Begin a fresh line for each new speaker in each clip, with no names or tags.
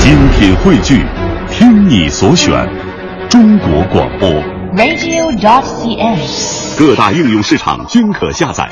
精品汇聚，听你所选，中国广播。
radio.cn。
各大应用市场均可下载。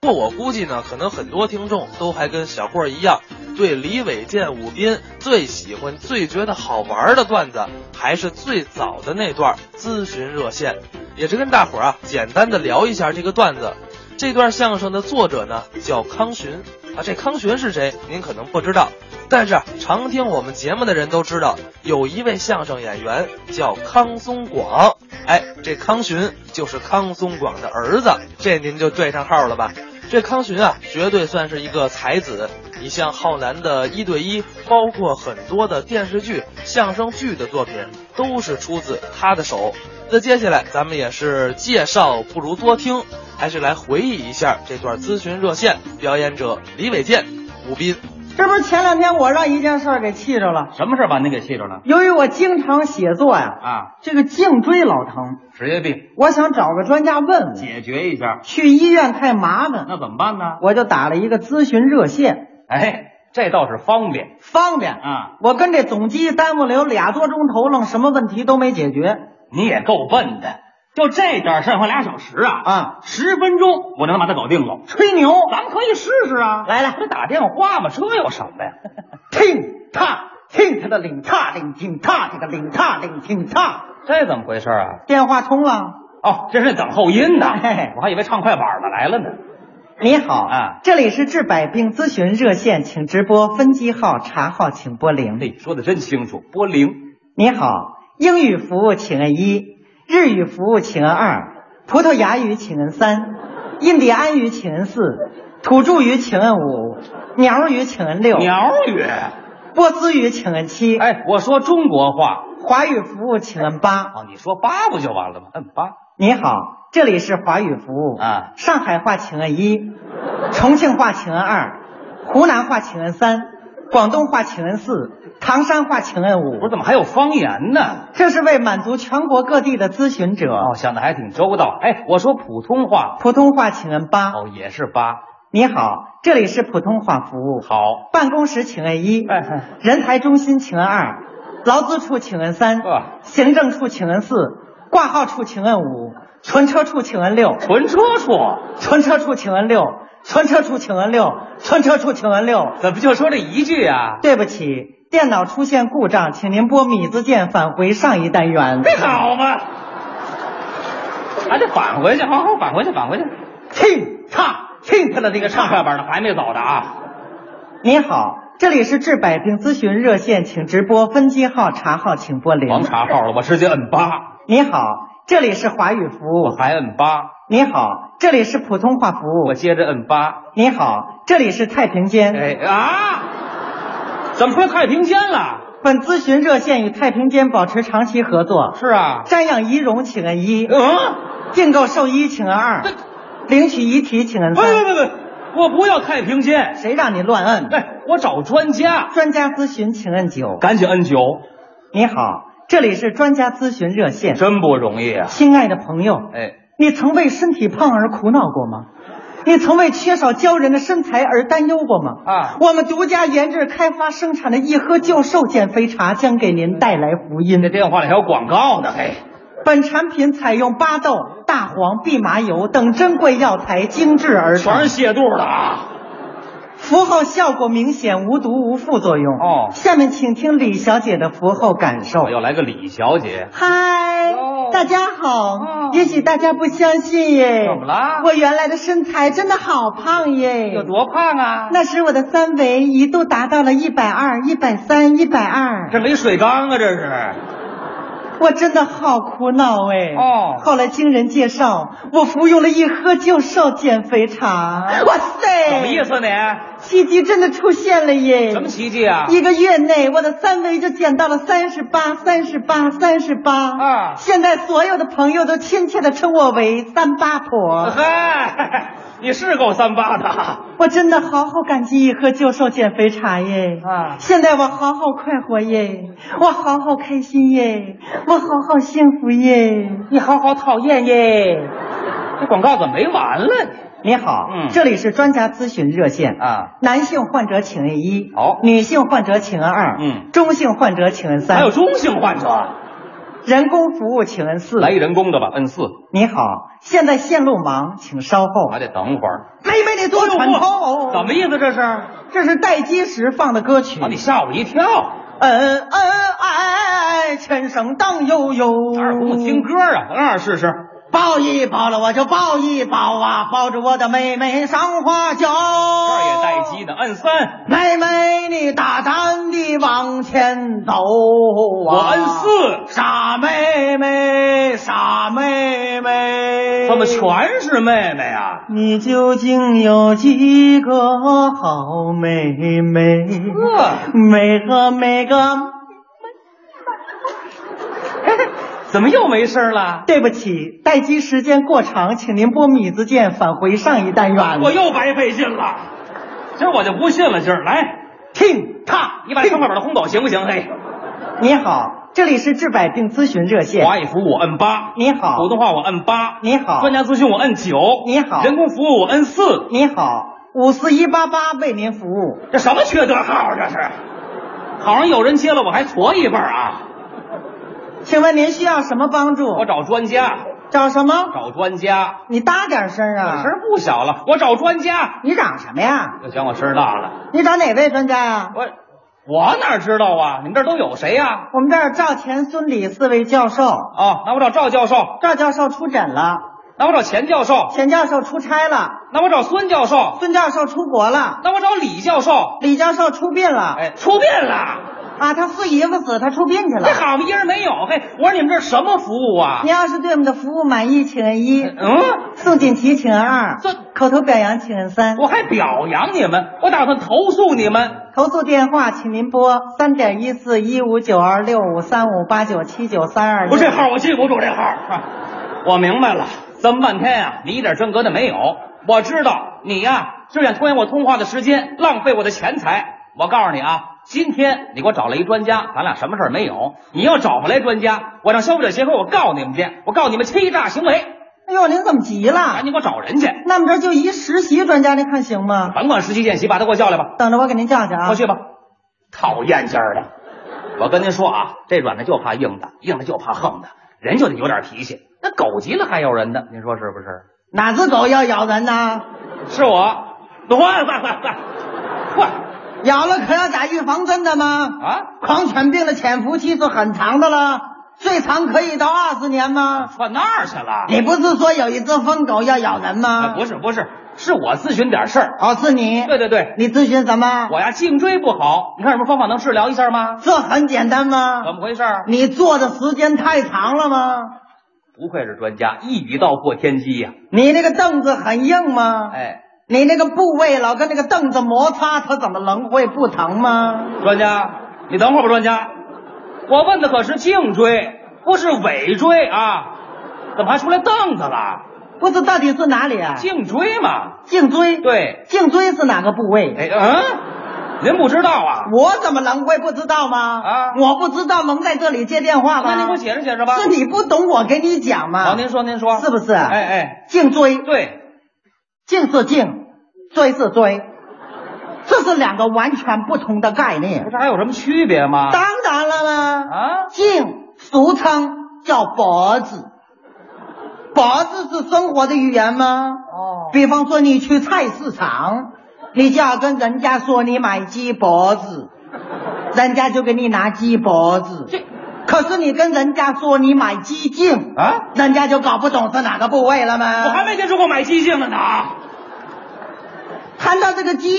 不过我估计呢，可能很多听众都还跟小霍一样，对李伟健、武斌最喜欢、最觉得好玩的段子，还是最早的那段咨询热线。也是跟大伙儿啊，简单的聊一下这个段子。这段相声的作者呢叫康巡啊，这康巡是谁？您可能不知道，但是啊，常听我们节目的人都知道，有一位相声演员叫康松广。哎，这康巡就是康松广的儿子，这您就对上号了吧？这康巡啊，绝对算是一个才子。你像浩南的一对一，包括很多的电视剧、相声剧的作品，都是出自他的手。那接下来咱们也是介绍不如多听，还是来回忆一下这段咨询热线表演者李伟健、武斌。
这不是前两天我让一件事儿给气着了。
什么事儿把你给气着了？
由于我经常写作呀、
啊，
这个颈椎老疼，
职业病，
我想找个专家问问。
解决一下。
去医院太麻烦，
那怎么办呢？
我就打了一个咨询热线，
哎，这倒是方便。
方便
啊。
我跟这总机耽误了有俩多钟头，愣什么问题都没解决
你也够笨的，就这点事儿花俩小时啊！
啊！
十分钟我就能把它搞定了。
吹牛，
咱们可以试试啊！
来来
不是打电话吗？这有什么呀？
听他听他的领踏领听踏这个领踏领听踏，
这怎么回事啊？
电话通了。
哦，这是等候音呢。
嘿嘿
我还以为唱快板的来了呢。
你好
啊
这里是治百病咨询热线，请直播分机号查号，请拨零。
哎，说的真清楚，拨零。
你好，英语服务请摁一，日语服务请摁二，葡萄牙语请摁三，印第安语请摁四，土著语请摁五，鸟语请摁六，
鸟语。
波斯语请摁七，
哎，我说中国话。
华语服务请摁八。
哦，你说八不就完了吗？嗯，八。
你好，这里是华语服务
啊
上海话请摁一，重庆话请摁二，湖南话请摁三，广东话请摁四，唐山话请摁
我说
五。
怎么还有方言呢？
这是为满足全国各地的咨询者。
哦，想的还挺周到。哎，我说普通话，
普通话请摁八。
哦，也是八，
你好，这里是普通话服务。，
好，
办公室请摁一，
哎哎
人才中心请摁二，劳资处请摁三，
啊
行政处请摁四，挂号处请摁五，存车处请摁六，
纯车处，
存车处请摁六，存车处请摁六，存车处请摁六。
怎么就说这一句啊？
对不起，电脑出现故障，请您拨米字键返回上一单元。
这好嘛，还得返回去，好好返回去，返回去。
听他听他的那
那个唱快板的还没走的啊？
你好，这里是治百病咨询热线，请直播分机号查号，请拨零。
甭查号了，我直接摁八，
你好，这里是华语服
我
务。
还摁八，
你好，这里是普通话服务
我。接着摁八。
你好，这里是太平间。
哎啊，怎么回太平间了？
本咨询热线与太平间保持长期合作。
是啊，
瞻仰仪容，请按一；
嗯，
订购寿衣，请按二
这；
领取遗体，请按
不不
三。
不不，我不要太平间，
谁让你乱摁？
哎，我找专家，
专家咨询，请按九。
赶紧摁九。
你好，这里是专家咨询热线。
真不容易啊！
亲爱的朋友，
哎，
你曾为身体胖而苦恼过吗？你曾为缺少骄人的身材而担忧过吗？
啊
我们独家研制、开发、生产的一喝就瘦减肥茶将给您带来福
你这
音。
电话里还有广告呢，嘿，
本产品采用巴豆、大黄、蓖麻油等珍贵药材精制而
全
成
是，泻肚的啊！
服后效果明显，无毒无副作用。
哦
下面请听李小姐的服后感受
我。要来个李小姐，
嗨
哦，
大家好、
哦
也许大家不相信耶，
怎么啦
我原来的身材真的好胖耶，
有多胖啊？
那时我的三围一度达到了一百二、一百三、一百二，
这没水缸啊，这是
我真的好苦恼哎。
哦
后来经人介绍，我服用了一喝就瘦减肥茶，哇塞，
哦什么意？思你？
奇迹真的出现了耶！
什么奇迹啊？
一个月内，我的三围就减到了三十八、三十八、三十八。
啊
现在所有的朋友都亲切的称我为三八婆。
啊嗨，你是够三八的，
我真的好好感激一喝就瘦减肥茶耶！
啊
现在我好好快活耶，我好好开心耶，我好好幸福耶。
嗯你好好讨厌耶！这广告怎么没完了呢？
你好，
嗯
这里是专家咨询热线
啊，
男性患者请按一，
好
女性患者请按二，
嗯，
中性患者请按
还有
三，
中性患者啊，
人工服务请按四。
来一人工的吧，摁四，
你好，现在线路忙，请稍后。
还得等会儿。
妹妹得多穿透，
怎么意思这是？啊，
这是待机时放的歌曲。
哦你吓我一跳！
恩恩爱爱，前生荡悠悠。
哪有功夫听歌啊？让我试试。
抱一抱了，我就抱一抱啊，抱着我的妹妹上花轿。
这
这
儿也待机。
哦
呢，摁三，
妹妹，你大胆地往前走啊！
我摁四，
傻妹妹，傻妹妹，
怎么全是妹妹啊？
你究竟有几个好妹妹？
呵，
每个每个，
怎么又没声了？
对不起，待机时间过长，请您拨米字键返回上一单元。
我又白费劲了。今儿我就不信了，今儿来，
听他，
你把窗外边的轰走行不行？嘿，
你好，这里是治百病咨询热线。
华语服务我摁八，
你好，
普通话我摁八，
你好
专家咨询我摁九，
你好
人工服务我摁四，
你好，五四一八八为您服务。
这什么缺德号啊这是？好上有人接了，我还矬一半啊！
请问您需要什么帮助？
我找专家，
找什么？
找专家，
你搭点声
我
啊！
声儿不小了，我找专家，
你长什么呀？
又嫌我声儿大了。
你找哪位专家呀、
我我哪知道啊？你们这儿都有谁呀、
我们这儿赵钱孙李四位教授，
啊？那我找赵教授，
赵教授出诊了，
那我找钱教授，
钱教授出差了，
那我找孙教授，
孙教授出国了，
那我找李教授。
李教授出殡了。
哎，出殡了，
啊，他四姨夫死，他出殡去
这
了。
好一人没有。嘿，我说你们这什么服务啊
您？要是对我们的服务满意，请按一；
嗯，
送锦旗请按二
这，
口头表扬请按三。
我还表扬你们，我打算投诉你们。
投诉电话，请您拨三点一四一五九二六五三五八九七九三二六。
不是这号我记不住这号、啊 我明白了，这么半天啊，你一点真格的没有。我知道你呀、是想拖延我通话的时间，浪费我的钱财。我告诉你啊，今天你给我找了一专家，咱俩什么事儿没有。你要找回来专家，我让消费者协会我告你们去，我告你们欺诈行为，
哎呦，您怎么急
赶
了？
紧给我找人去。
那么这就一实习专家，您看行吗？
甭管实习见习，把他给我叫来吧。
等着我给您叫去啊。
快去吧。讨厌劲儿的，我跟您说啊，这软的就怕硬的，硬的就怕横的，人就得有点脾气。那狗急了还咬人的，您说是不是？
哪只狗要咬人呢？
是我，换换换换换
咬了可要打预防针的吗？
啊！
狂犬病的潜伏期是很长的了，最长可以到二十年吗？
窜那儿去了？
你不是说有一只疯狗要咬人
啊
吗？
不是不是，是我咨询点事儿。
哦，是你。
对对对，
你咨询什么？
我呀颈椎不好，你看有什么方法能治疗一下吗？
这很简单吗？
怎么回事儿？
你坐的时间太长了吗？
不愧是专家，一语道破天机呀、
你那个凳子很硬吗？
哎，
你那个部位老跟那个凳子摩擦，它怎么能会不疼吗？
专家，你等会儿吧，专家，我问的可是颈椎，不是尾椎啊，怎么还出来凳子了？
不知到底是哪里啊？
颈椎嘛，
颈椎。，
对，
颈椎是哪个部位？
哎嗯，您不知道啊？
我怎么能会不知道吗？
啊
我不知道能在这里接电话吗？
那您给我解释解释吧。
是你不懂，我给你讲嘛。
好，您说您说，
是不是？
哎哎，
颈椎，
对，
颈是颈，椎是椎，这是两个完全不同的概
不
念。
是还有什么区别吗？
当然了啦，
啊，
颈俗称叫脖子，脖子是生活的语言吗？
哦，
比方说你去菜市场，你就要跟人家说你买鸡脖子，人家就给你拿鸡脖子。
这
可是你跟人家说你买鸡颈，
啊，
人家就搞不懂是哪个部位了吗？
我还没听说过买鸡性的呢啊！
谈到这个鸡，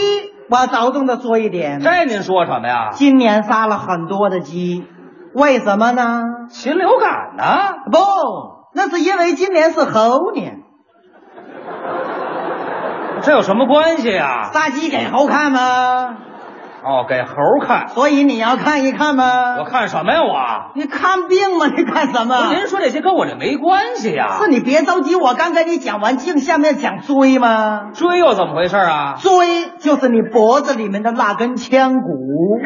我要着重的说一点，
这您说什么呀？
今年杀了很多的鸡，为什么呢？
禽流感呢？
不，那是因为今年是猴年，
这有什么关系呀？
杀鸡给猴看吗？
哦，给猴看，
所以你要看一看吗？
我看什么呀？我
你看病吗？你看什
不
么？
是您说这些跟我这没关系呀
是？你别着急，我刚跟你讲完颈，下面讲椎吗？
追又怎么回事啊？
椎就是你脖子里面的那根腔骨，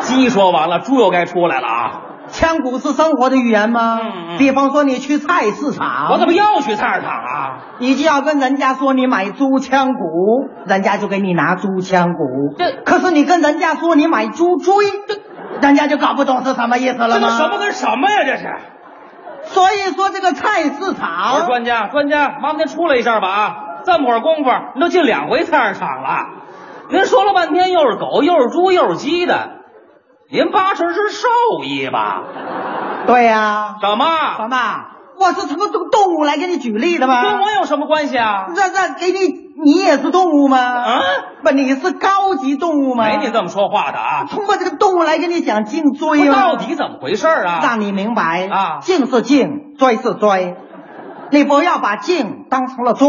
鸡说完了，猪又该出来了啊！
千古自生活的语言吗？
嗯嗯
比方说你去菜市场，
我怎么又去菜市场啊？
你就要跟人家说你买猪腔骨，人家就给你拿猪腔骨。
这
可是你跟人家说你买猪椎，人家就搞不懂是什么意思
这
了
都
吗？
什么跟什么呀？这是。
所以说这个菜市
我说
场，
专家，专家，麻烦您出来一下吧啊！这么会儿功夫，您都进两回菜市场了。您说了半天，又是狗，又是猪，又是鸡的，您八成是兽医吧？
对呀、
怎
什
么？
么？我是通过动动物来给你举例的吗？
跟我有什么关系啊？
这这给你，你也是动物吗？
啊，
不，你是高级动物吗？
没你这么说话的啊！
通过这个动物来跟你讲颈
不
椎
是
吗？
到底怎么回事儿啊？
让你明白
啊
颈是颈，椎是椎，你不要把颈当成了椎，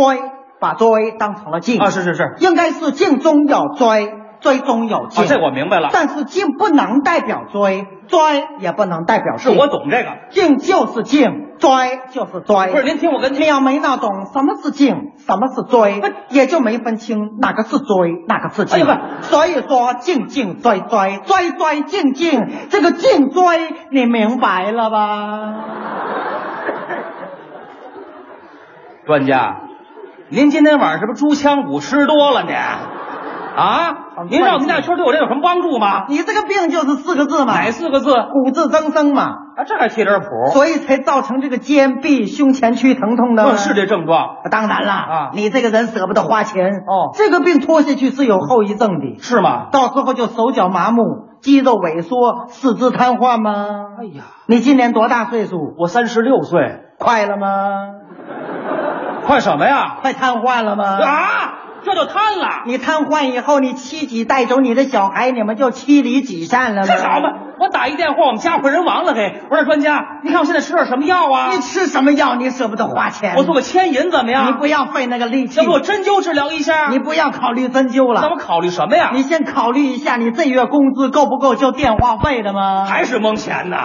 把椎当成了颈
啊，是是是，啊，
应该是颈中有椎，椎中有颈。
啊这我明白了，
但是颈不能代表椎，椎也不能代表
是
颈。
我懂这个。
颈就是颈，椎就是椎。
不是您听我跟
你要没闹懂什么是颈，什么是椎
不，
也就没分清哪个是椎，哪个是
哎
颈。
呀不
所以说颈颈椎椎椎椎颈颈，这个颈椎你明白了吧？
专家，您今天晚上是不是猪腔骨吃多了您？啊，您绕您大圈对我这有什么帮助吗？
你这个病就是四个字嘛，
哪四个字？啊，
骨质增生嘛，
这还贴点谱？
所以才造成这个肩臂、胸前区疼痛的嘛。
嗯是这症状
当然啦，
啊
你这个人舍不得花钱
哦
这个病拖下去是有后遗症的，
是吗？
到时候就手脚麻木、肌肉萎缩、四肢瘫痪吗？
哎呀，
你今年多大岁数？
我三十六岁，
快了吗？
快什么呀？
快瘫痪了吗？！
啊，这就瘫了。
你瘫痪以后，你妻子带走你的小孩，你们就妻离子散了吗？
这好嘛，我打一电话，我们家破人亡了嘿。我说专家，你看我现在吃点什么药啊
你？吃什么药？你舍不得花钱？
我做个牵引怎么
你
样？
不要费那个力气
要，不我针灸治疗一下？
你不要考虑针灸
咱
了
们。考虑什么呀？
你先考虑一下，你这月工资够不够交电话费的吗？
还是蒙钱呢？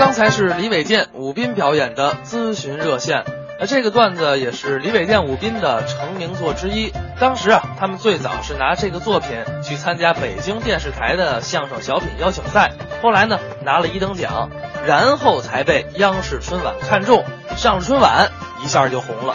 刚才是李伟健、武斌表演的咨询热线。那这个段子也是李伟健、武斌的成名作之一。当时啊，他们最早是拿这个作品去参加北京电视台的相声小品邀请赛，后来呢拿了一等奖，然后才被央视春晚看中，上了春晚一下就红了。